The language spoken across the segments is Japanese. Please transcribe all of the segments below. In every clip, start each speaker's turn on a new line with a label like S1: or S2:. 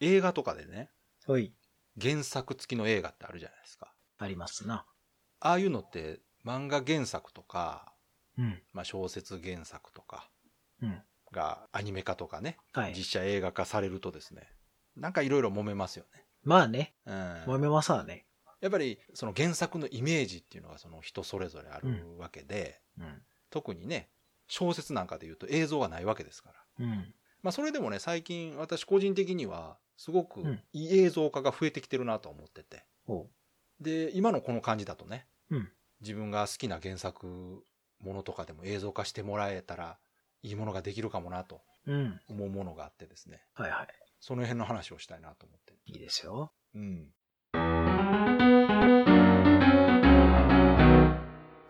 S1: 映画とかでね、
S2: はい。
S1: 原作付きの映画ってあるじゃないですか。
S2: ありますな。
S1: ああいうのって漫画原作とか、
S2: うん。
S1: まあ、小説原作とか
S2: うん。
S1: がアニメ化とかね、
S2: はい。
S1: 実写映画化されるとですね、なんかいろいろ揉めますよね。
S2: まあね、
S1: うん、
S2: 揉めますわね。
S1: やっぱりその原作のイメージっていうのがその人それぞれあるわけで、
S2: うん。
S1: 特にね、小説なんかで言うと映像がないわけですから。
S2: うん。
S1: まあそれでもね、最近私個人的にはすごく
S2: うん
S1: いい映像化が増えてきてるなと思ってて。
S2: ほ
S1: で、今のこの感じだとね、
S2: うん
S1: 自分が好きな原作ものとかでも映像化してもらえたらいいものができるかもなと
S2: う。うん。
S1: 思うものがあってですね、
S2: はいは
S1: その辺の話をしたいなと思って。
S2: い。いいですよ。
S1: うん。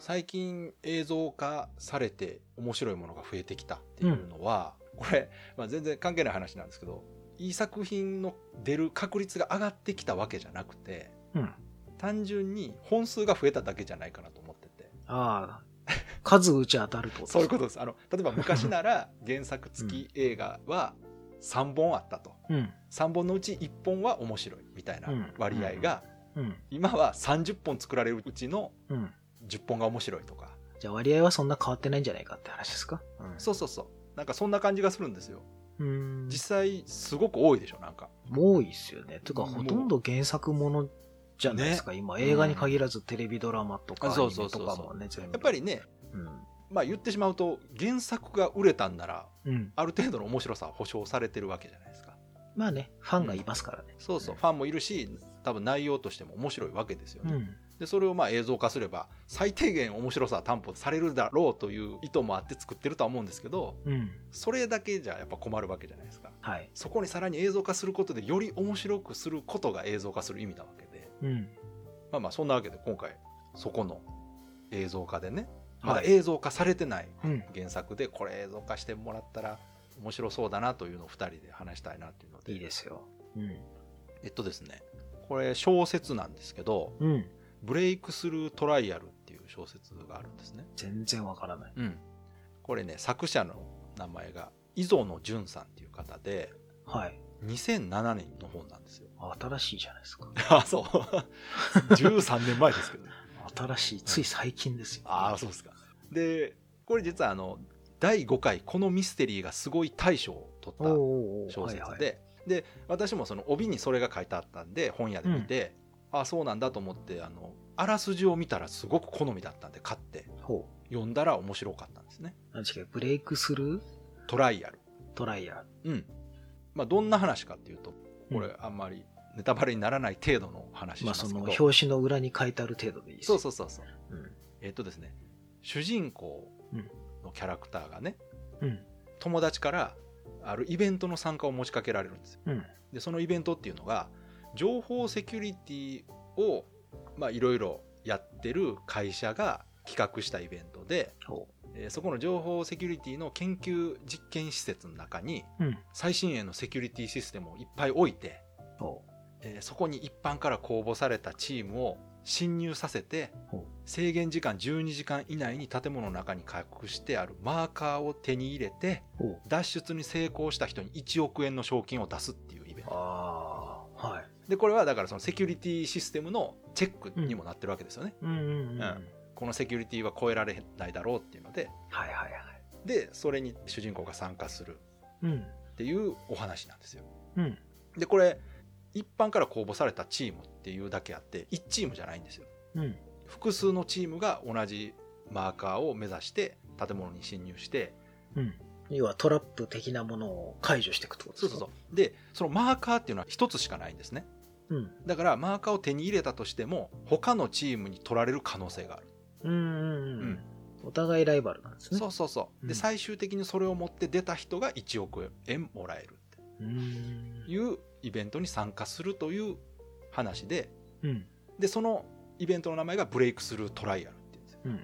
S1: 最近映像化されて面白いものが増えてきたっていうのは、これ、まあ、全然関係ない話なんですけどいい作品の出る確率が上がってきたわけじゃなくて
S2: うん。
S1: 単純に本数が増えただけじゃないかなと思ってて
S2: あ あ。数打ち当たるってこと。
S1: そういうこととですあの例えば昔な ら原作付き映画は3本あったと
S2: うん。
S1: 3本のうち1本は面白いみたいな割合が、
S2: うん。
S1: 今は30本作られるうちの
S2: うん。
S1: 10本が面白いとか
S2: じゃあ割合はそんな変わってないんじゃないかって話ですかうん。
S1: そうそうそうなんかそんな感じがするんですよ
S2: う。うん。
S1: 実際すごく多いでしょなんか
S2: もう多いっすよね。てか、
S1: もう
S2: ほとんど原作ものじゃないですか。今、映画に限らずテレビドラマとか、
S1: あ
S2: ア
S1: そう
S2: ニ
S1: そう
S2: メ
S1: そ
S2: と
S1: うそう
S2: かもね、全部。
S1: やっぱりね
S2: うん。
S1: まあ言ってしまうと原作が売れたんなら
S2: うん。
S1: ある程度の面白さは保証されてるわけじゃないですか
S2: まあね、ファンがいますからね。
S1: そうそう
S2: うん
S1: ファンもいるし多分内容としても面白いわけですよ
S2: う
S1: ね、
S2: ん。
S1: でそれをまあ映像化すれば最低限面白さは担保されるだろうという意図もあって作ってるとは思うんですけど
S2: うん。
S1: それだけじゃやっぱ困るわけじゃないですか
S2: はい。
S1: そこにさらに映像化することでより面白くすることが映像化する意味なわけで
S2: うん。
S1: まあまあそんなわけで今回そこの映像化でねま
S2: は
S1: だ
S2: い。
S1: 映像化されてない
S2: うん。
S1: 原作でこれ映像化してもらったら面白そうだなというのを2人で話したいなっていうので
S2: いいですよ。うん。
S1: えっとですねこれ小説なんですけど
S2: うん。
S1: 「ブレイクスルートライアル」っていう小説があるんですね、
S2: 全然わからない。
S1: うん、これね作者の名前が磯野淳さんっていう方で
S2: はい。
S1: 2007年の本なんですよ
S2: 新しいじゃないですか。
S1: あそう 13年前ですけどね
S2: 新しい、つい最近ですよ。
S1: ああそうですかでこれ実はあの第5回「このミステリーがすごい大賞」を取
S2: おう
S1: っ
S2: おうおう
S1: た小説で、
S2: はいはい
S1: で私もその帯にそれが書いてあったんで本屋で見て、ああそうなんだと思ってあのあらすじを見たらすごく好みだったんで買って
S2: ほ
S1: 読んだら面白かったんですね
S2: う。何でしたっけブレイクスルー
S1: トライアル
S2: トライアル。
S1: うんまあどんな話かっていうとこ
S2: う
S1: れ
S2: ん
S1: あんまりネタバレにならない程度の話しま
S2: まあ、
S1: す
S2: そ
S1: けど、
S2: の、表紙の裏に書いてある程度でいいです
S1: そう
S2: よ。
S1: そうそうそう
S2: うそう。
S1: えっとですね主人公
S2: うん
S1: のキャラクターがね、
S2: うん。うん。
S1: 友達からあるイベントの参加を持ちかけられるんですよ
S2: うん。
S1: でそのイベントっていうのが情報セキュリティをまあいろいろやってる会社が企画したイベントで、
S2: ほ
S1: えーそこの情報セキュリティの研究実験施設の中に
S2: う。うん。
S1: 最新鋭のセキュリティシステムをいっぱい置いて、
S2: ほ
S1: えーそこに一般から公募されたチームを侵入させて
S2: ほ
S1: 制限時間12時間以内に建物の中に隠してあるマーカーを手に入れて
S2: う。ほう。
S1: 脱出に成功した人に1億円の賞金を出すっていうイベント
S2: ああ。はい。
S1: でこれはだからそのセキュリティシステムのチェックにもなってるわけですよね、
S2: うんうんうん。
S1: ん
S2: はい
S1: このセキュリティは超えられないだろうっていうので
S2: はいはい。
S1: でそれに主人公が参加する
S2: うん。
S1: っていうお話なんですよ
S2: うん。
S1: でこれ一般から公募されたチームっていうだけあって1チームじゃないんですよ
S2: うん。
S1: 複数のチームが同じマーカーを目指して建物に侵入して
S2: うん。要はトラップ的なものを解除していくってこと
S1: そうそうそうでそのマーカーっていうのは1つしかないんですね
S2: う。うん。
S1: だからマーカーを手に入れたとしても他のチームに取られる可能性がある、
S2: うんうんうん。お互いライバルなんですね。
S1: そうそうそう、
S2: うん
S1: で最終的にそれを持って出た人が1億円もらえる
S2: うーん
S1: というイベントに参加するという話で
S2: うん。
S1: でそのイベントの名前がブレイクスルートライアルって言うんですよ
S2: うん。うん。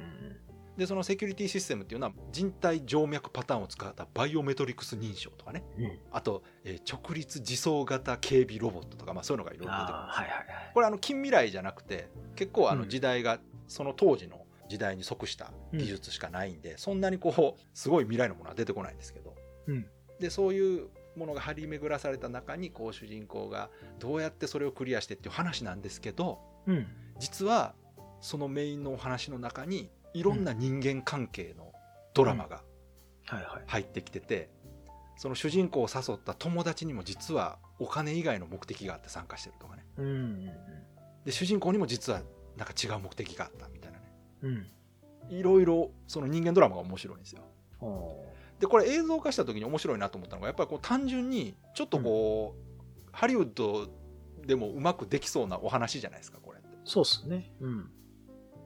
S1: でそのセキュリティシステムっていうのは人体静脈パターンを使ったバイオメトリクス認証とかね
S2: うん。
S1: あと、えー直立自走型警備ロボットとか、まあ、そういうのがいろいろ出てくるんですよ
S2: ああ、はいはいはい。
S1: これあの近未来じゃなくて結構あ
S2: う
S1: の
S2: ん
S1: 時代がその当時の時代に即した技術しかないんで、そんなにこうすごい未来のものは出てこないんですけど
S2: うん。
S1: でそういうものが張り巡らされた中にこう主人公がどうやってそれをクリアしてっていう話なんですけど
S2: うん。
S1: 実はそのメインのお話の中にいろんな人間関係のドラマが
S2: はいはい。
S1: 入ってきてて、その主人公を誘った友達にも実はお金以外の目的があって参加してるとかね
S2: うん
S1: で主人公にも実はなんか違う目的があったみたいなね
S2: うんうん。うん。
S1: いろいろその人間ドラマが面白いんですよ
S2: お
S1: でこれ映像化した時に面白いなと思ったのがやっぱりこう単純にちょっとこう、ハリウッドでもうまくできそうなお話じゃないですかこれって
S2: そうっすね。うん。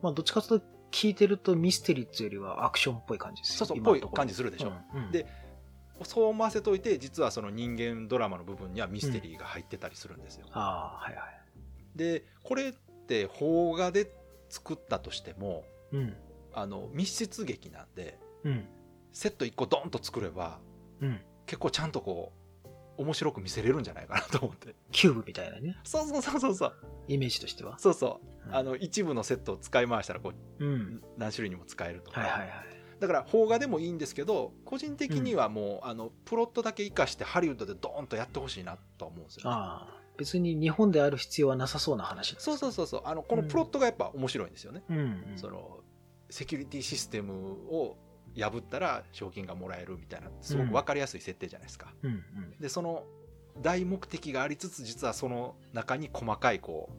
S2: まあ、どっちかというと聞いてるとミステリーっていうよりはアクションっぽい感じです
S1: そうそう
S2: 今
S1: ぽ
S2: の
S1: い
S2: ところ
S1: 感じするでしょ、
S2: うんうん
S1: でそう思わせといて実はその人間ドラマの部分にはミステリーが入ってたりするんですよ、
S2: ああ、はいはい。
S1: でこれって邦画で作ったとしても
S2: うん。
S1: あの密室劇なんで
S2: うん。
S1: セット1個ドンと作れば
S2: うん。
S1: 結構ちゃんとこう面白く見せれるんじゃないかなと思って
S2: キューブみたいなね。
S1: そうそうそうそうそう
S2: イメージとしては。
S1: そうそう
S2: うん
S1: あ、の一部のセットを使い回したらこう
S2: うん。
S1: 何種類にも使えるとか、
S2: はいはいはい。
S1: だから邦画でもいいんですけど個人的にはもう、あのプロットだけ生かしてハリウッドでドーンとやってほしいなとは思うんですよ、
S2: ああ。別に日本である必要はなさそうな話です。
S1: そうそうそうそうあのこのプロットがやっぱ面白いんですよね、
S2: うんうん。
S1: そのセキュリティシステムを破ったら賞金がもらえるみたいなすごく分かりやすい設定じゃないですか、
S2: うんうん。
S1: でその大目的がありつつ実はその中に細かいこう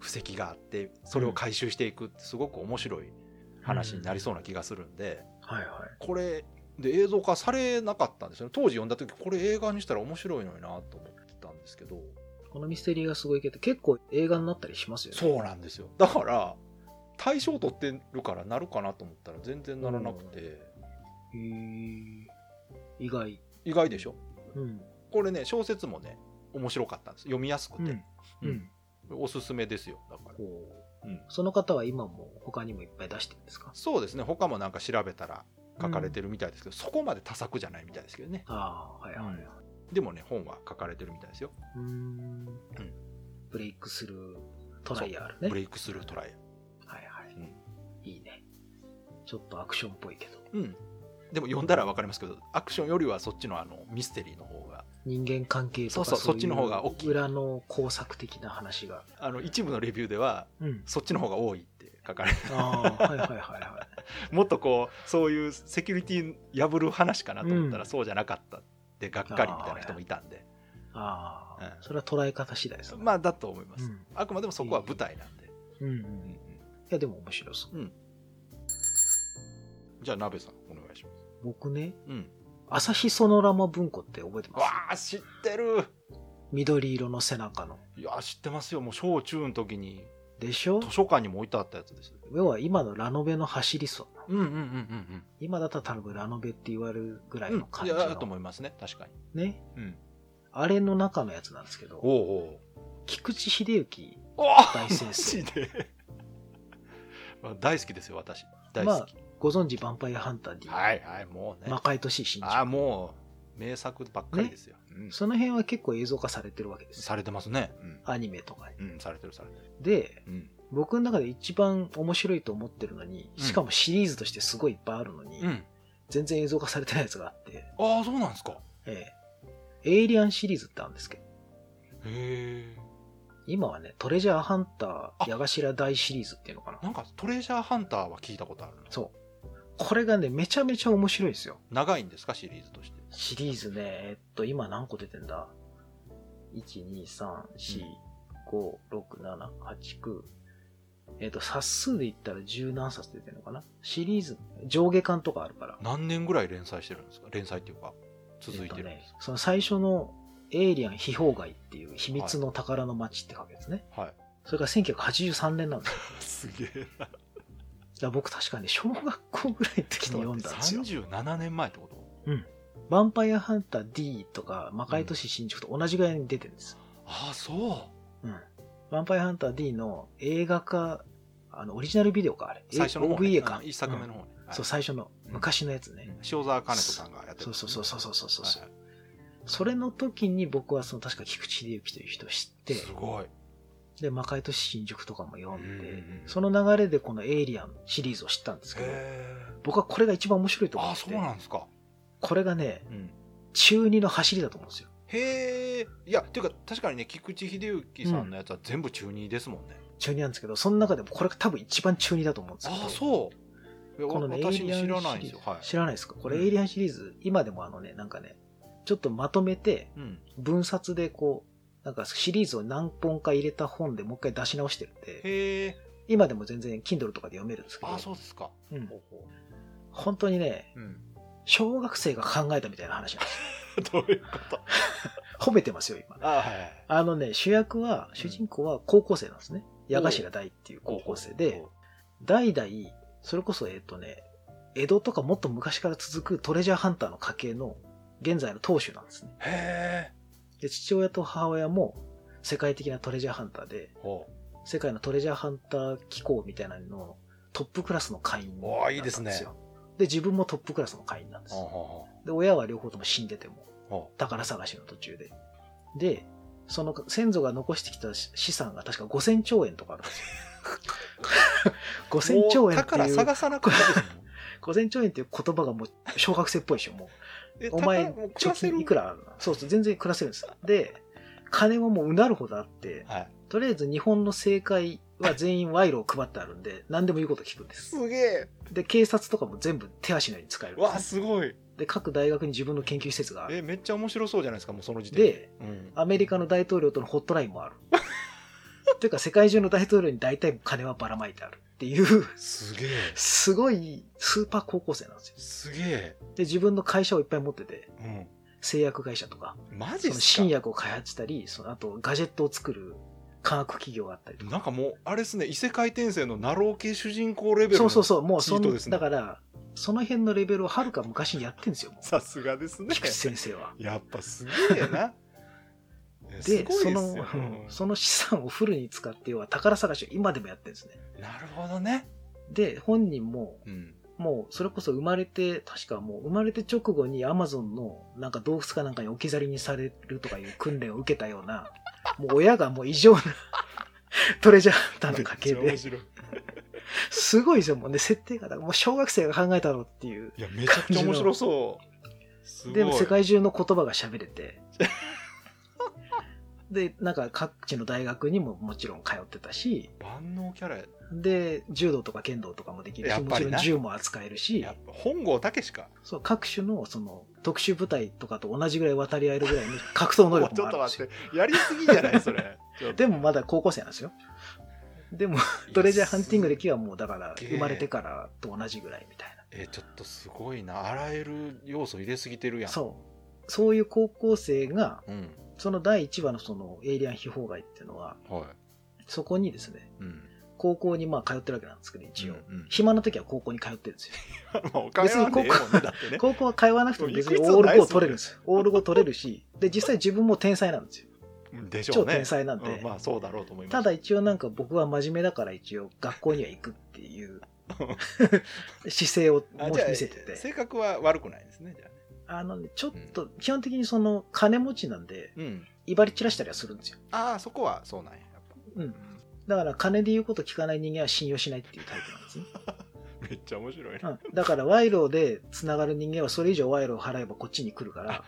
S1: 布石があってそれを回収していくってすごく面白い話になりそうな気がするんで、
S2: はいはい。
S1: これで映像化されなかったんですよね当時読んだ時これ映画にしたら面白いのになと思ってたんですけど
S2: このミステリーがすごいけど、結構映画になったりしますよね。
S1: そうなんですよだから大賞取ってるからなるかなと思ったら全然ならなくて
S2: へー意外。
S1: 意外でしょ
S2: うん。
S1: これね小説もね面白かったんです読みやすくて、
S2: うん。うん。
S1: おすすめですよだから
S2: こう
S1: うん
S2: その方は今も他にもいっぱい出してるんですか
S1: そうですね他もなんか調べたら書かれてるみたいですけど、そこまで多作じゃないみたいですけどね
S2: ああ、はいはいはい。
S1: でもね本は書かれてるみたいですよ、
S2: うーん。ブレイクスルートライアルね。
S1: ブレイクスルートライ
S2: はいはい、
S1: うん
S2: いいね。ちょっとアクションっぽいけど。
S1: アうんでも読んだら分かりますけどアクションよりはそっちのあのミステリーの方が
S2: 人間関係とか
S1: そうそうそっちの方が大きい
S2: 裏の工作的な話が。
S1: あの一部のレビューでは
S2: うん。
S1: そっちの方が多いって書かれて
S2: ああ、はいはいはいは
S1: もっとこうそういうセキュリティ破る話かなと思ったら、
S2: うん
S1: そうじゃなかったってがっかりみたいな人もいたんで
S2: い。ああ、
S1: うん
S2: それは捉え方次第ですね。
S1: まあだと思います、
S2: うん
S1: あくまでもそこは舞台なんで、
S2: うんうん。いや、でも面白そう。
S1: じゃあ鍋さんお願いします
S2: 僕ね、
S1: うん
S2: 朝日ソノラマ文庫って覚えてます
S1: わあ知ってる
S2: 緑色の背中の。
S1: いや知ってますよもう小中の時に
S2: でしょ
S1: 図書館にも置いてあったやつです
S2: 要は今のラノベの走りそう。
S1: うんうんうんうん
S2: 今だったら多分ラノベって言われるぐらい
S1: うん
S2: の感
S1: い
S2: じ
S1: や
S2: の、
S1: だと思いますね確かに
S2: ね。
S1: うん
S2: あれの中のやつなんですけ
S1: お
S2: ど、
S1: う
S2: 菊池秀之、
S1: おうおお
S2: 大先生
S1: マジで まあ大好きですよ私大好き、
S2: ご存知ヴァンパイアハンター D、
S1: はいはいもうね、
S2: 魔界都市新
S1: ああ
S2: 宿。
S1: もう名作ばっかりですよ、うん
S2: その辺は結構映像化されてるわけですよ。
S1: されてますねうん
S2: アニメとかに。
S1: うん、されてるされてる
S2: で、
S1: うん
S2: 僕の中で一番面白いと思ってるのに、
S1: うん
S2: しかもシリーズとしてすごいいっぱいあるのに、
S1: うん
S2: 全然映像化されてないやつがあって、
S1: ああそうなんですか
S2: ええエイリアンシリーズってあるんですけど、
S1: へえ
S2: 今はね、トレジャーハンター、矢頭大シリーズっていうのかな。
S1: なんかトレジャーハンターは聞いたことあるな
S2: そう。これがね、めちゃめちゃ面白いんですよ。
S1: 長いんですかシリーズとして
S2: シリーズね、えっと、今何個出てんだ ?1、2、3、4、5、6、7、8、9。えっと、冊数で言ったら十何冊出てるのかなシリーズ、上下巻とかあるから。
S1: 何年ぐらい連載してるんですか連載っていうか続いてるん
S2: えっ
S1: で
S2: と
S1: す
S2: ね、その最初のエイリアン秘宝街っていう秘密の宝の街って書けですね。
S1: か、はい
S2: それが1983年なんですよ。
S1: すげえな
S2: だから僕確かね、小学校ぐらいの時に読んだんですよ。
S1: 37年前ってこと
S2: ヴァンパイアハンター D とか魔界都市新宿と同じぐらいに出てるんです。
S1: ああそ
S2: うん。ヴァンパイアハンター D の映画化、あの、オリジナルビデオか、あれ。
S1: う最初の方、ね、
S2: OVA か。
S1: うん一作目の
S2: うん
S1: 方ね、はい
S2: そう、最初の、
S1: うん
S2: 昔のやつね。
S1: 塩沢兼人さんがやってる、
S2: そうそうそうそうそうそうそう、
S1: はいは
S2: それの時に僕はその確か菊池秀之という人を知って
S1: い、すごい
S2: で、魔界都市新宿とかも読んで、
S1: うんうんうん
S2: その流れでこのエイリアンシリーズを知ったんですけど、
S1: へ
S2: 僕はこれが一番面白い
S1: え
S2: と思
S1: あ
S2: っ
S1: あ
S2: て
S1: そ
S2: て
S1: うなんですか
S2: これがね、
S1: うん
S2: 中二の走りだと思うんですよ。
S1: へえいやっていうか確かにね菊池秀之さんのやつは全部中二ですもんね、
S2: 中二なんですけど、その中でもこれが多分一番中二だと思うんですけど。
S1: ああそういや
S2: このね、
S1: 私
S2: エイリアン
S1: 知らないんです
S2: シリ
S1: よ
S2: ーズ
S1: はい、
S2: 知らないですかこれ、
S1: うん
S2: エイリアンシリーズ、今でもあのね、なんかね、ちょっとまとめて、
S1: うん、
S2: 分冊でこう、なんかシリーズを何本か入れた本でもう一回出し直してるんで、
S1: へえ
S2: 今でも全然 Kindle とかで読めるんですけど、
S1: あそうですか
S2: うん本当にね、
S1: うん、
S2: 小学生が考えたみたいな話なんですよ。
S1: どういうこと
S2: 褒めてますよ、今。
S1: あはいはい
S2: あのね、主役は、主人公は高校生なんですね。矢頭大っていう高校生で、代々、それこそ、えっとね、江戸とかもっと昔から続くトレジャーハンターの家系の現在の当主なんですね。
S1: へえ
S2: で、父親と母親も世界的なトレジャーハンターで、
S1: お
S2: 世界のトレジャーハンター機構みたいなののトップクラスの会員
S1: おーいい
S2: だ
S1: で
S2: った
S1: す
S2: ん
S1: ね
S2: ですよ。で、自分もトップクラスの会員なんです。
S1: お
S2: で、親は両方とも死んでても、
S1: おお
S2: 宝探しの途中で。で、その先祖が残してきた資資産が確か5000兆円とかある んですよ。5000兆円って
S1: 宝
S2: いう、
S1: 探さなくていいですもん
S2: 5000兆円っていう言葉がもう小学生っぽいでしょ、もう。
S1: え
S2: お前
S1: 宝もう、暮
S2: 貯
S1: らせる
S2: 金いくらあるのそうそう、全然暮らせるんです。で、金はもううなるほどあって、
S1: はい
S2: とりあえず日本の政界は全員賄賂を配ってあるんで、何でも言うこと聞くんです。
S1: すげえ
S2: で、警察とかも全部手足のように使えるんですね
S1: わあすごい
S2: で、各大学に自分の研究施設がある。
S1: えめっちゃ面白そうじゃないですかもうその時点
S2: で、
S1: うん、
S2: アメリカの大統領とのホットライン もある。というか、世界中の大統領に大体金はばらまいてあるっていう、
S1: すげえ
S2: すごいスーパー高校生なんですよ。
S1: すげえ
S2: で、自分の会社をいっぱい持ってて、
S1: うん
S2: 製薬会社とか、
S1: マジ
S2: そ
S1: っ
S2: の
S1: すか
S2: 新薬を開発したり、そのあとガジェットを作る科学企業があったりとか。
S1: なんかもうあれですね異世界転生のナロー系主人公レベル
S2: そ
S1: の
S2: うそうそう、もうそ
S1: チー
S2: の、
S1: トですね
S2: だから、その辺のレベルをはるか昔にやってんですよ、もう
S1: さすがですね
S2: 菊池先生は。
S1: やっぱすげえ なえ す
S2: で、
S1: ごい
S2: そ
S1: です
S2: の、
S1: よ
S2: うんその資産をフルに使って、要は宝探しを今でもやってるんですね。
S1: なるほどね
S2: で、本人も、
S1: うん
S2: もうそれこそ生まれて、確かもう生まれて直後にアマゾンのなんか洞窟かなんかに置き去りにされるとかいう訓練を受けたような、もう親がもう異常な トレジャーハンターの家系
S1: めっ
S2: で、
S1: ちゃ面白い
S2: すごいですよ、もうね、設定が、もう小学生が考えたろうっていう。
S1: いやめちゃくちゃ面白そうすごい
S2: で、世界中の言葉が喋れて、 で、なんか各地の大学にももちろん通ってたし、
S1: 万能キャラや
S2: で、柔道とか剣道とかもできる
S1: や
S2: し、
S1: っ
S2: も
S1: ぱ
S2: ち
S1: り
S2: ろ
S1: なん
S2: 銃も扱えるし
S1: や、っぱ本郷武しか
S2: そう、各種の、その、特殊部隊とかと同じぐらい渡り合える ぐらいの格闘能力
S1: ちょっ
S2: もあ
S1: と
S2: るんで
S1: 待
S2: すよ
S1: っ。てやりすぎじゃないそ れ
S2: でもまだ高校生なんですよ。でも、トレジャーハンティング歴はもうだから、
S1: すっげえ
S2: 生まれてからと同じぐらいみたい
S1: えちょっとすごいなあらゆる要素入れすぎてるや
S2: な。
S1: ん
S2: そう。そういう高校生が、
S1: う、ん
S2: その第1話のその、エイリアン秘宝街っていうのは、
S1: は
S2: そこにですね、
S1: いうん、
S2: 高校にまあ通ってるわけなんですけど、一応。
S1: うん うん
S2: 暇な時は高校に通ってるんですよ。
S1: まあお金はねえもんねだってね
S2: 高校は通わなくても別に
S1: も
S2: オ
S1: う行く必要
S2: ー
S1: な
S2: ル
S1: い
S2: 5
S1: っすもんね
S2: 取れるんですよ。オール5取れるし、で、実際自分も天才なんですよ。
S1: でしょ
S2: 超
S1: うね
S2: 天才なん
S1: う
S2: で
S1: ん。まあそうだろうと思います
S2: ただ一応なんか僕は真面目だから一応学校には行くっていう 姿勢を
S1: あ
S2: も
S1: じゃあ
S2: う見せてて。
S1: 性格は悪くないですねじゃあね
S2: あのね、ちょっと基本的にその金持ちなんで、
S1: うん
S2: 威張り散らしたりはするんですよ。
S1: ああそこはそうなんややっぱ
S2: うん。だから金で言うこと聞かない人間は信用しないっていうタイプなんですね。
S1: めっちゃ面白いな
S2: うん。だから賄賂で繋がる人間はそれ以上賄賂を払えばこっちに来るから、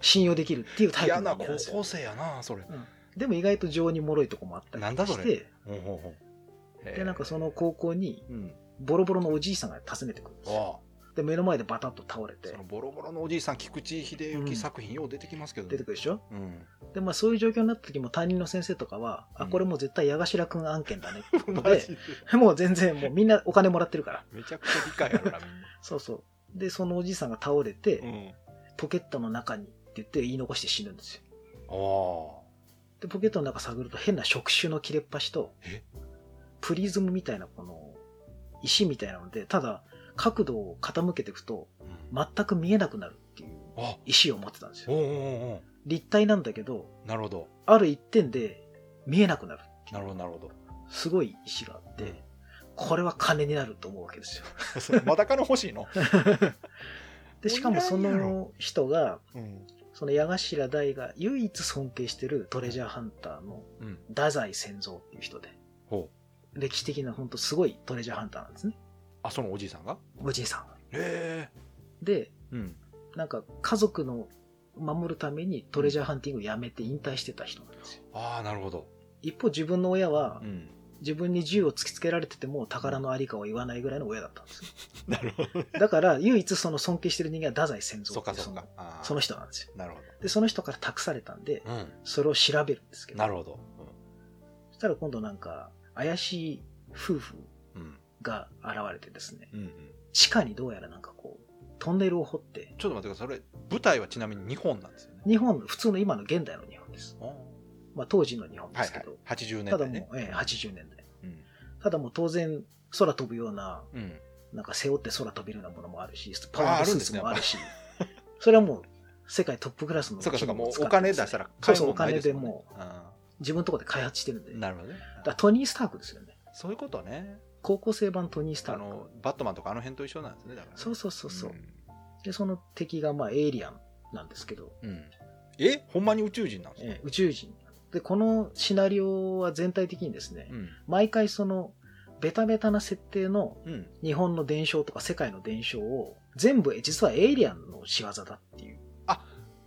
S2: 信用できるっていうタイプ
S1: 嫌
S2: の
S1: な
S2: 人間
S1: 高
S2: なんですよ。
S1: 校生やなそれ
S2: でも意外と情に脆いとこもあったり
S1: なん
S2: とか
S1: だ
S2: し
S1: それ
S2: て、
S1: ほうほうほう
S2: で、なんかその高校に
S1: うん
S2: ボロボロのおじいさんが訪ねてくるんです
S1: あ
S2: よ。
S1: あ
S2: で、目の前でバタッと倒れて
S1: その、ボロボロのおじいさん菊池秀
S2: うん
S1: 之作品よう出てきますけど、
S2: 出てくるでしょ
S1: うん、
S2: で、まあそういう状況になった時も担任の先生とかは、
S1: う
S2: あ、
S1: ん
S2: これもう絶対矢頭くん案件だねってこと
S1: マ
S2: で
S1: ジ、で
S2: もう全然もうみんなお金もらってるから。
S1: めちゃくちゃ理解あるな
S2: そうそう。で、そのおじいさんが倒れて、
S1: みんな、うん、
S2: ポケットの中にって言って言い残して死ぬんですよ。
S1: ああ
S2: で、ポケットの中探ると変な触手の切れっ端と
S1: え、
S2: プリズムみたいなこの石みたいなので、ただ角度を傾けていくと
S1: うん
S2: 全く見えなくなるっていう
S1: あ
S2: 石を持ってたんです
S1: おう
S2: よ。
S1: おうおう
S2: 立体なんだけど、
S1: なるほど
S2: ある一点で見えなくなる。
S1: なるほどなるほど
S2: すごい石があって、これは金になると思うわけですよ。
S1: そ れまだ金欲しい の、
S2: で、しかもそ
S1: いらんや
S2: の人が、
S1: うん
S2: その矢頭大が唯一尊敬してるトレジャーハンターの
S1: うん、
S2: 太宰仙蔵っていう人で、
S1: ほう
S2: 歴史的な本当すごいトレジャーハンターなんですね。
S1: あそのおじいさんが
S2: おじいさんは。
S1: へえ
S2: で、
S1: うん
S2: なんか家族の守るためにトレジャーハンティングをやめて引退してた人なんですよ。
S1: ああ、なるほど。
S2: 一方自分の親は
S1: うん。
S2: 自分に銃を突きつけられてても宝のありかを言わないぐらいの親だったんですよ。
S1: なるほど。
S2: だから唯一その尊敬してる人間は太宰仙
S1: そ
S2: 蔵
S1: っ
S2: っ
S1: か
S2: ていう
S1: そ
S2: そ
S1: っ
S2: の
S1: か。あー
S2: その人なんですよ。
S1: なるほ
S2: で、その人から託されたんで、
S1: ど。う
S2: それを調べるんですけ
S1: ん。
S2: ど。
S1: なるほど。
S2: そしたら今度なんか怪しい夫婦
S1: うん。うん。
S2: が現れてですね、
S1: うんうん。
S2: 地下にどうやらなんかこう、トンネルを掘って、
S1: ちょっと待ってください。それ、舞台はちなみに日本なんですよね。
S2: 日本、普通の今の現代の日本です。
S1: あー
S2: まあ当時の日本で
S1: はい
S2: すけど、
S1: はい。80年
S2: ただ
S1: 代ね
S2: も。う、ええ80年代。
S1: うん。
S2: ただもう当然、空飛ぶような、
S1: うん。
S2: なんか背負って空飛べるようなものもあるし、パ
S1: あ
S2: ワ
S1: あ
S2: ー
S1: るんで
S2: スー
S1: す
S2: ツ
S1: ね
S2: もあるし、 それはもう世界トップクラスの
S1: そっかそっか。もう
S2: 機
S1: お
S2: 能を使って
S1: 金
S2: ま
S1: 出
S2: すね
S1: したら
S2: そ
S1: 買い
S2: うそう、
S1: 物
S2: お
S1: ない
S2: 金
S1: です
S2: で
S1: もんね。
S2: もう
S1: あ
S2: 自分のところで開発してるんで。
S1: ー
S2: だか
S1: なるほどね。
S2: らトニー・スタークですよね。
S1: そういうことね。
S2: 高校生版トニー・スタ
S1: あ
S2: ーク。
S1: の、バットマンとかあの辺と一緒なんですね。だからね。
S2: そうそうそうそう。
S1: ん
S2: で、その敵がまあエイリアンなんですけど、
S1: うん。えほんまに宇宙人なんですか
S2: ええ宇宙人。で、このシナリオは全体的にですね、
S1: うん。
S2: 毎回その、ベタベタな設定の
S1: うん。
S2: 日本の伝承とか世界の伝承を全部え実はエイリアンの仕業だっていう。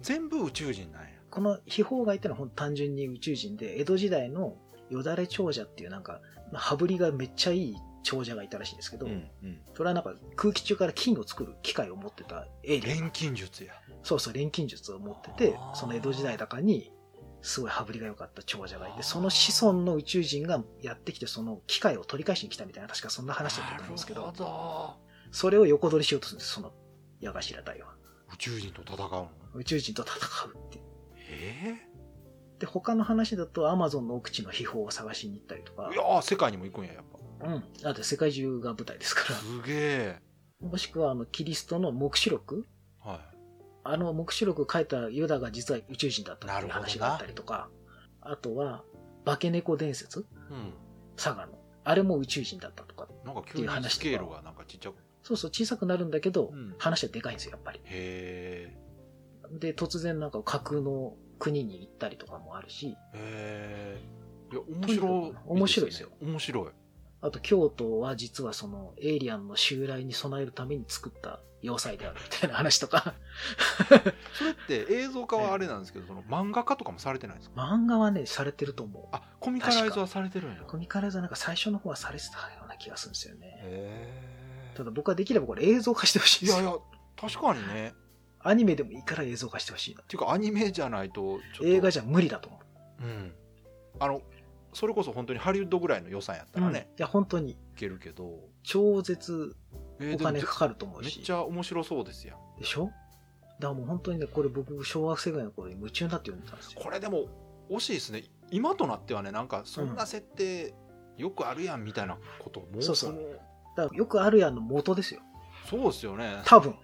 S1: 全部宇宙人なんや。
S2: この秘宝外ってのはほんと単純に宇宙人で、江戸時代のよだれ長者っていうなんか、羽振りがめっちゃいい長者がいたらしいんですけど、
S1: うん。うん。
S2: それはなんか空気中から金を作る機械を持ってたエイリアン。
S1: 錬金術や。
S2: そうそう、錬金術を持ってて
S1: あー、
S2: その江戸時代だかに、すごい羽振りが良かった長者がいて、その子孫の宇宙人がやってきて、その機械を取り返しに来たみたいな、確かそんな話だったと思うんですけど、
S1: ど。
S2: それを横取りしようとするんです、その矢頭隊は。
S1: 宇宙人と戦うの
S2: 宇宙人と戦うっていう。
S1: え
S2: で、他の話だと、アマゾンの奥地の秘宝を探しに行ったりと
S1: え
S2: か
S1: い、やー世界にも行くんや、やっ
S2: うん。だって世界中が舞台ですか
S1: ぱ。すげえ。
S2: ら。 もしくは、あの、キリストの黙示録
S1: は
S2: あの黙示録を書いたユダが実は宇宙人だったっていう話があったりとか、あとは、化け猫伝説
S1: い。うん。
S2: 佐賀の。あれも宇宙人だったとか。
S1: なんか急にスケールがなんかちっちゃく。
S2: そうそう、小さくなるんだけど、
S1: うん
S2: 話はでかいんですよ、やっぱり。
S1: へ
S2: で、突然なんか架空の国に行ったりとかもあるし、
S1: え。へえ。いや、面白い、
S2: とにかく面白いですよ。
S1: 面白い。
S2: あと京都は実はそのエイリアンの襲来に備えるために作った要塞であるみたいな話とか、
S1: それって映像化はあれなんですけど、その漫画化とかもされてないんですか
S2: 漫画はね、されてると思
S1: あ、コミカライズはされてるんや
S2: う。。コミカルザなんか最初の方はされてたような気がするんですよね。
S1: へ
S2: た
S1: え。
S2: だ僕はできればこれ映像化してほしい
S1: い
S2: です
S1: やい
S2: よ。
S1: や、確かにね。
S2: アニメでもいいから映像化してほしいな。
S1: っていうかアニメじゃないと、ちょっと。
S2: 映画じゃ無理だと思う。
S1: うん、あのそれこそ本当にハリウッドぐらいの予算やったら
S2: うんい
S1: ね、
S2: や、本当に
S1: いけるけど、
S2: 超絶
S1: えー
S2: お
S1: でも
S2: 金かかると思う
S1: めっ
S2: し。
S1: ちゃ面白そうですやん
S2: でしょだからもう本当にね、これ僕、小学生ぐらいの頃に夢中になって読んでたんですよ。
S1: これでも惜しいですね今となってはねなんかそんな設定よくあるやんみたいなことも、
S2: そうそう
S1: の
S2: だからよくあるやんの元ですよ。
S1: そうですよね
S2: 多分。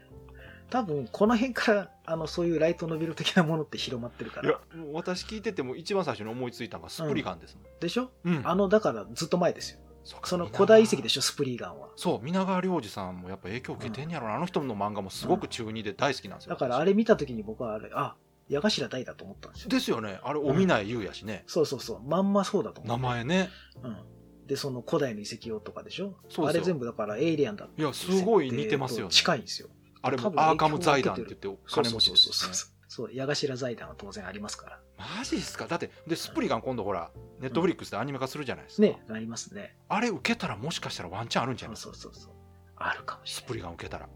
S2: 多分、この辺から、あの、そういうライトノベル的なものって広まってるか
S1: いや
S2: ら。
S1: もう私聞いてても一番最初に思いついたのがスプリガンですも
S2: でしょ
S1: ん、うん
S2: あの、だからずっと前ですよ。
S1: そうか
S2: その
S1: 皆
S2: 古代遺跡でしょ、スプリーガンは。
S1: そう皆川亮次さんもやっぱ影響受けてんやろな、あの人の漫画もすごく中二で大好きなんですよ、
S2: だからあれ見た時に僕はあれ、あ、矢頭大だと思ったんですよ。
S1: ですよねあれ帯内優やしね、
S2: そうそうそう。まんまそうだと思
S1: 名
S2: う。
S1: 前ね
S2: うん。で、その古代の遺跡をとかでしょ
S1: そう
S2: あ
S1: ですよ
S2: れ全部だからエイリアンだって
S1: いやすごい似てますよね
S2: 近いんですよ。
S1: あれも
S2: 多分
S1: アーカム財団って言ってお金持ちです
S2: そう
S1: よ
S2: そうそう
S1: ね
S2: そう。そう、矢頭財団は当然ありますから。
S1: マジですかだってでスプリガン今度ほらネットフリックスでアニメ化するじゃないですか、
S2: ね、ありますね。
S1: あれ受けたらもしかしたらワンチャンあるんじゃ
S2: そ
S1: ないうですか
S2: そうそうそう。あるかもし
S1: ス
S2: れ
S1: プリガン受けたら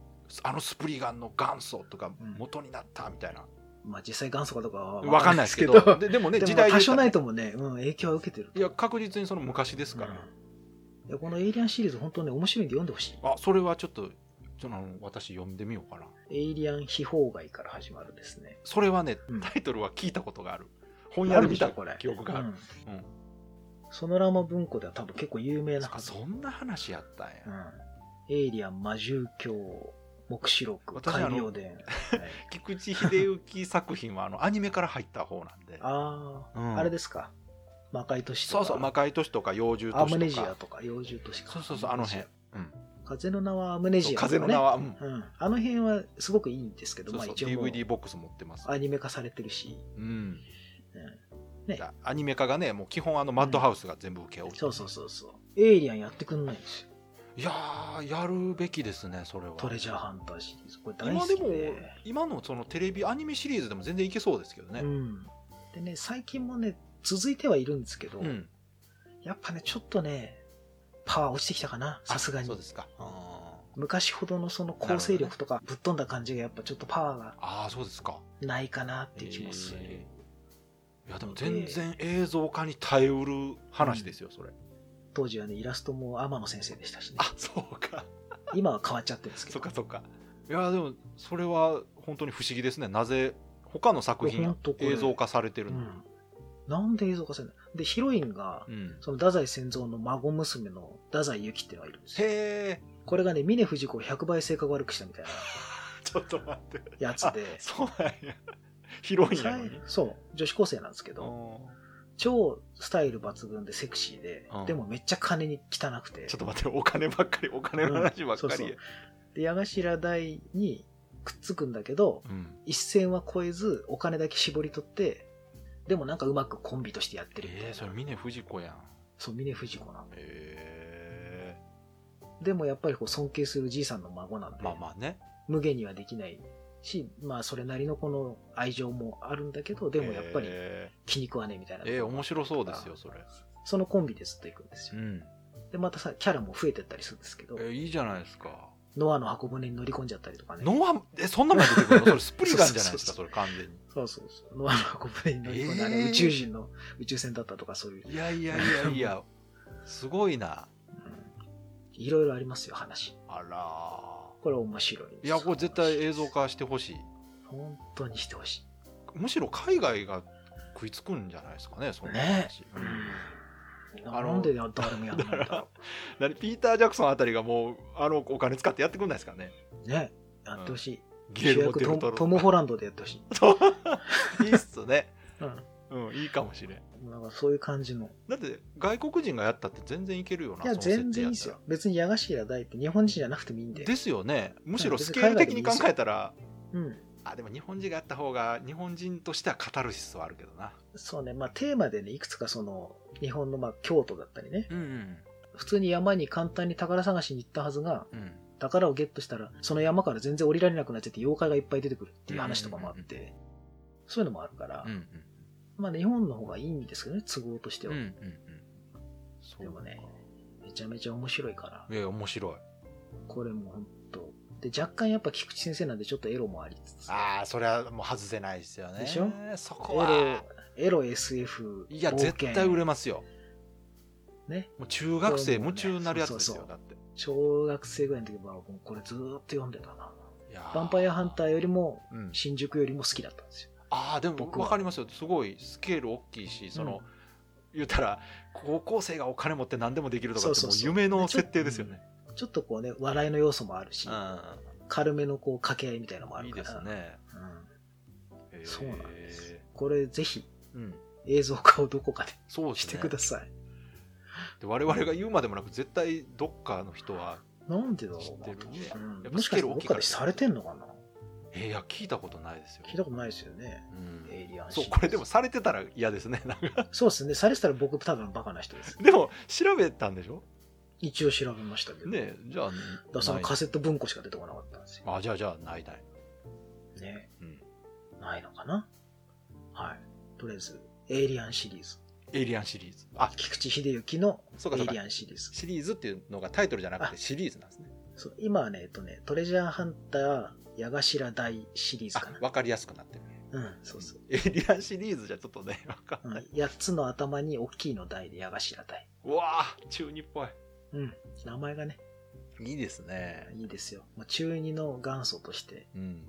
S1: あのスプリガンの元祖とか
S2: うん
S1: 元になったみたいな、
S2: ない。まあ実際元祖かどうかは
S1: わかんないですけどででもね
S2: で
S1: 時
S2: もまあ
S1: 代
S2: 多少ない
S1: と
S2: ともね、うん、影響は受けてると
S1: いや確実にその昔です
S2: 思
S1: か
S2: う
S1: ら、
S2: うんいやこのエイリアンシリーズ本当ね面白いんで読んでほしい
S1: あそれはちょっとちょっとあの私読んでみようかな
S2: エイリアン秘宝外から始まるですね
S1: それはね、
S2: うん
S1: タイトルは聞いたことがある本屋で見
S2: あ
S1: た
S2: るでしょこれ
S1: 記憶がある、
S2: うん
S1: うん
S2: ソノラマ文庫では多分結構有名な
S1: そっ
S2: は
S1: か
S2: ず
S1: そんな話やったんや、
S2: うん、エイリアン魔獣教黙示録
S1: 私あの
S2: 海洋伝はい
S1: 菊池秀行作品はあのアニメから入った方なんで
S2: あ
S1: う
S2: あ、
S1: ん
S2: あれですか魔界都市と
S1: そ
S2: か
S1: うそう魔界都市とか幼獣都
S2: ア
S1: 市
S2: ムネ
S1: と
S2: ジア
S1: か
S2: とか幼獣都市か
S1: そうそうそうあの辺、うん
S2: 風の名はアムネ
S1: そ
S2: ジ
S1: う
S2: アとか、
S1: 風
S2: ね、
S1: の名は、うん
S2: うん、あの辺はすごくいいんですけど、
S1: そうそう
S2: まあ一応もう
S1: DVD ボックス持ってます、
S2: アニメ化されてるし、
S1: うん
S2: ね
S1: だアニメ化がねもう基本あのマッドハウスが全部請け負う、
S2: そうそうそうそう。エイリアンやってくんないんですよ。
S1: いやー、やるべきですね、それは。
S2: トレジャーハンターシリーズ。これ大
S1: 今
S2: 好き
S1: で
S2: で。
S1: も、今のそのテレビアニメシリーズでも全然いけそうですけどね。
S2: うん。でね、最近もね、続いてはいるんですけど、
S1: うん
S2: やっぱね、ちょっとね、パワー落ちてきたかな、さすが
S1: そう
S2: に
S1: で。すか。あ
S2: 昔ほどのその構成力とかぶっ飛んだ感じがやっぱちょっとパワーが
S1: あー、そうですか。
S2: ないかなっていう気もする。
S1: えーいや、でも全然映像化に耐えうる話ですよ、それ。
S2: 当時はね、イラストも天野先生でしたしね。
S1: あ、そうか。
S2: 今は変わっちゃってるんですけ
S1: そ
S2: ど。
S1: っかそっか。いや、でも、それは本当に不思議ですね。なぜ、他の作
S2: いや
S1: 品
S2: 本当これ
S1: 映像化されてる
S2: う
S1: の
S2: ん。なんで映像化せないで、ヒロインが、
S1: うん。
S2: その太宰仙蔵の孫娘の太宰ゆきっていうのがいるんですよ。
S1: へえ。
S2: これがね、峰不二子を100倍性格悪くしたみたいな
S1: ちょっと待って。、
S2: やつで
S1: そうなんや。広いんやのに。
S2: そう、女子高生なんですけど、超スタイル抜群でセクシーで
S1: うん、
S2: でもめっちゃ金に汚くて、
S1: ちょっと待って、お金ばっかり、お金の話ばっか
S2: うんそう
S1: り
S2: そう。で、矢頭台にくっつくんだけど、
S1: うん。
S2: 一線は越えず、お金だけ絞り取って、でもなんかうまくコンビとしてやってるみたい
S1: え
S2: な。
S1: え、それ、峰不二子やん。
S2: そう、峰不二子なの。
S1: ええ。
S2: でもやっぱりこう尊敬するじいさんの孫なんで、
S1: まあまあね。
S2: 無限にはできないし、まあそれなりのこの愛情もあるんだけど、でもやっぱり
S1: え
S2: 気に食わねえみたいな。
S1: えええ面白そうですよ、それ。
S2: そのコンビでずっと行くんです
S1: う
S2: よ。
S1: ん。
S2: で、またさ、キャラも増えてったりするんですけど、
S1: えいいじゃないですか。
S2: ノアの箱舟に乗り込んじゃったりとかね。
S1: ノア、え、そんなまで出てく るのそれ、スプリガンじゃないですか、
S2: そ
S1: それ、完全に。
S2: そうそうそう。ノアの箱舟に乗り込んで、あ
S1: え
S2: れ
S1: ー
S2: 宇宙人の宇宙船だったとかそういう。
S1: いやいやいやいや、 すごいな。
S2: いろいろありますよ、話。
S1: あら
S2: これ面白いんで
S1: ー。
S2: す
S1: い
S2: よ
S1: や、これ絶対映像。化してほしい。
S2: 本当にしてほし
S1: むしろ海外が食いつくんじゃないですかね、そんな話。
S2: い。うん。
S1: あの
S2: なんでや誰もやんないん だろ
S1: だってピーター・ジャクソンあたりがもう、あのお金使ってやってくんないですかね。
S2: う。ね。やってほしい。
S1: ギレ
S2: 主
S1: ルモ・
S2: 役
S1: デルト
S2: トム
S1: ロ
S2: トム・ホランドでやってほしい。
S1: いいっすね。
S2: うん。
S1: うん、いいかもしれん。
S2: なんかそういう感じの。
S1: だって、外国人がやったって全然いけるような。
S2: いや、
S1: その設定
S2: 全然いいですよ。別に矢頭大って日本人じゃなくてもいいん
S1: やった
S2: で。
S1: ら。ですよね。むし
S2: う
S1: ろ
S2: ん別
S1: ス
S2: に
S1: ケール的に考えたら、
S2: うん。
S1: あ、でも日本人がやった方が、日本人としてはカタルシスはあるけどな。
S2: そうね。まあテーマでね、いくつかその、日本のまあ京都だったりね。
S1: うん、うん。
S2: 普通に山に簡単に宝探しに行ったはずが、
S1: うん、
S2: 宝をゲットしたら、その山から全然降りられなくなっちゃって妖怪がいっぱい出てくるっていう話とかもあって、そういうのもあるから
S1: うん、、
S2: まあ日本の方がいいんですけどね、都合として
S1: うん、うん、
S2: は
S1: う。ん。そう
S2: でもね
S1: か
S2: めちゃめちゃ面白いから、
S1: いや、面白い。
S2: これもうほんと。で、若干やっぱ菊池先生なんでちょっとエロもありつつ、
S1: ああ、それはもう外せないですよね。
S2: でしょ
S1: そ
S2: エ
S1: こ
S2: ロ
S1: は。、
S2: エロ SF、
S1: いや、
S2: 冒険
S1: 絶対売れますよ。
S2: ね、
S1: もう中学生
S2: これも
S1: 夢中
S2: うね
S1: になるやつですよ、
S2: そうそう
S1: だって。
S2: 小学生ぐらいの時はもうこれずーっと読んでたな。
S1: いやー
S2: ヴァンパイアハンターよりも、
S1: うん、
S2: 新宿よりも好きだったんですよ。
S1: ああでも
S2: 僕は
S1: 分かりますよすごいスケール大きいしその、言うたら高校生がお金持って何でもできるとかって
S2: そ
S1: も
S2: う
S1: う
S2: そうそう
S1: 夢の設定ですよね。
S2: ちょっとこうね、笑いの要素もあるし、
S1: う
S2: 軽めのこう掛け合いみたいなのもあ
S1: ん、い
S2: る
S1: い
S2: か
S1: で
S2: ら。
S1: すね。
S2: うん
S1: へー
S2: そうなんです。これぜひ
S1: うん、
S2: 映像化をどこかで
S1: そうで
S2: し
S1: す
S2: て
S1: ね
S2: ください。
S1: で我々が言うまでもなく絶対どっかの人は、
S2: なんでだろう
S1: 知
S2: な
S1: ってるね
S2: うん
S1: やっぱ
S2: もしかしてどっかで
S1: スケー
S2: さ
S1: ル大
S2: れ
S1: きいから
S2: てんのかな
S1: えーいや聞いたことないですよ。
S2: 聞いたことないですよね。
S1: うん
S2: エイリアン
S1: そう
S2: シリーズ
S1: これでもされてたら嫌ですね。なんか
S2: そうですね。されてたら僕多分バカな人です。
S1: でも調べたんでしょ
S2: 一応調べましたけど。
S1: ねえじゃあ
S2: だからその
S1: ない
S2: カセット文庫しか出てこなかったんですよ。
S1: あじゃあじゃあないない。
S2: ね。
S1: うん
S2: ないのかなはい。とりあえず、エイリアンシリーズ。
S1: エイリアンシリーズ。あ
S2: 菊池秀行の
S1: そうか
S2: エ
S1: そう
S2: イ
S1: か
S2: リアンシリーズ。
S1: シリーズっていうのがタイトルじゃなくて
S2: あ
S1: シリーズなんですね。
S2: そう今はね、えっとね、トレジャーハンター矢頭大シリーズ
S1: あ
S2: かな。
S1: 分かりやすくなってるね。
S2: うん、そうそう。
S1: エイリアンシリーズじゃちょっとね、わか
S2: うん
S1: ない。
S2: 8つの頭に大きいの台で矢頭台。
S1: うわあ中二っぽい。
S2: うん。名前がね、
S1: いいですね。
S2: いいですよ。もう中二の元祖として、
S1: うん。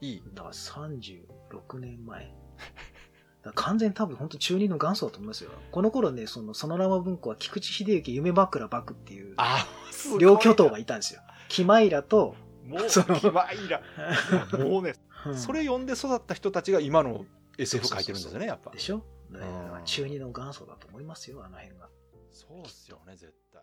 S1: いい。
S2: だから36年前。だから完全に多分本当中二の元祖だと思いますよ。この頃ね、その、そのラマ文庫は菊池秀行夢枕幕っていう、
S1: あ、すごい
S2: 両巨頭がいたんですよ。キマイラと、
S1: もう、
S2: その
S1: キワイラ。もうね、
S2: うん
S1: それ読んで育った人たちが今の SF 書いてるんですよね、やっぱ
S2: で。しょだか
S1: う
S2: ら
S1: ん
S2: 中二の元祖だと思いますよ、あの辺が。
S1: そうっすよね、絶対。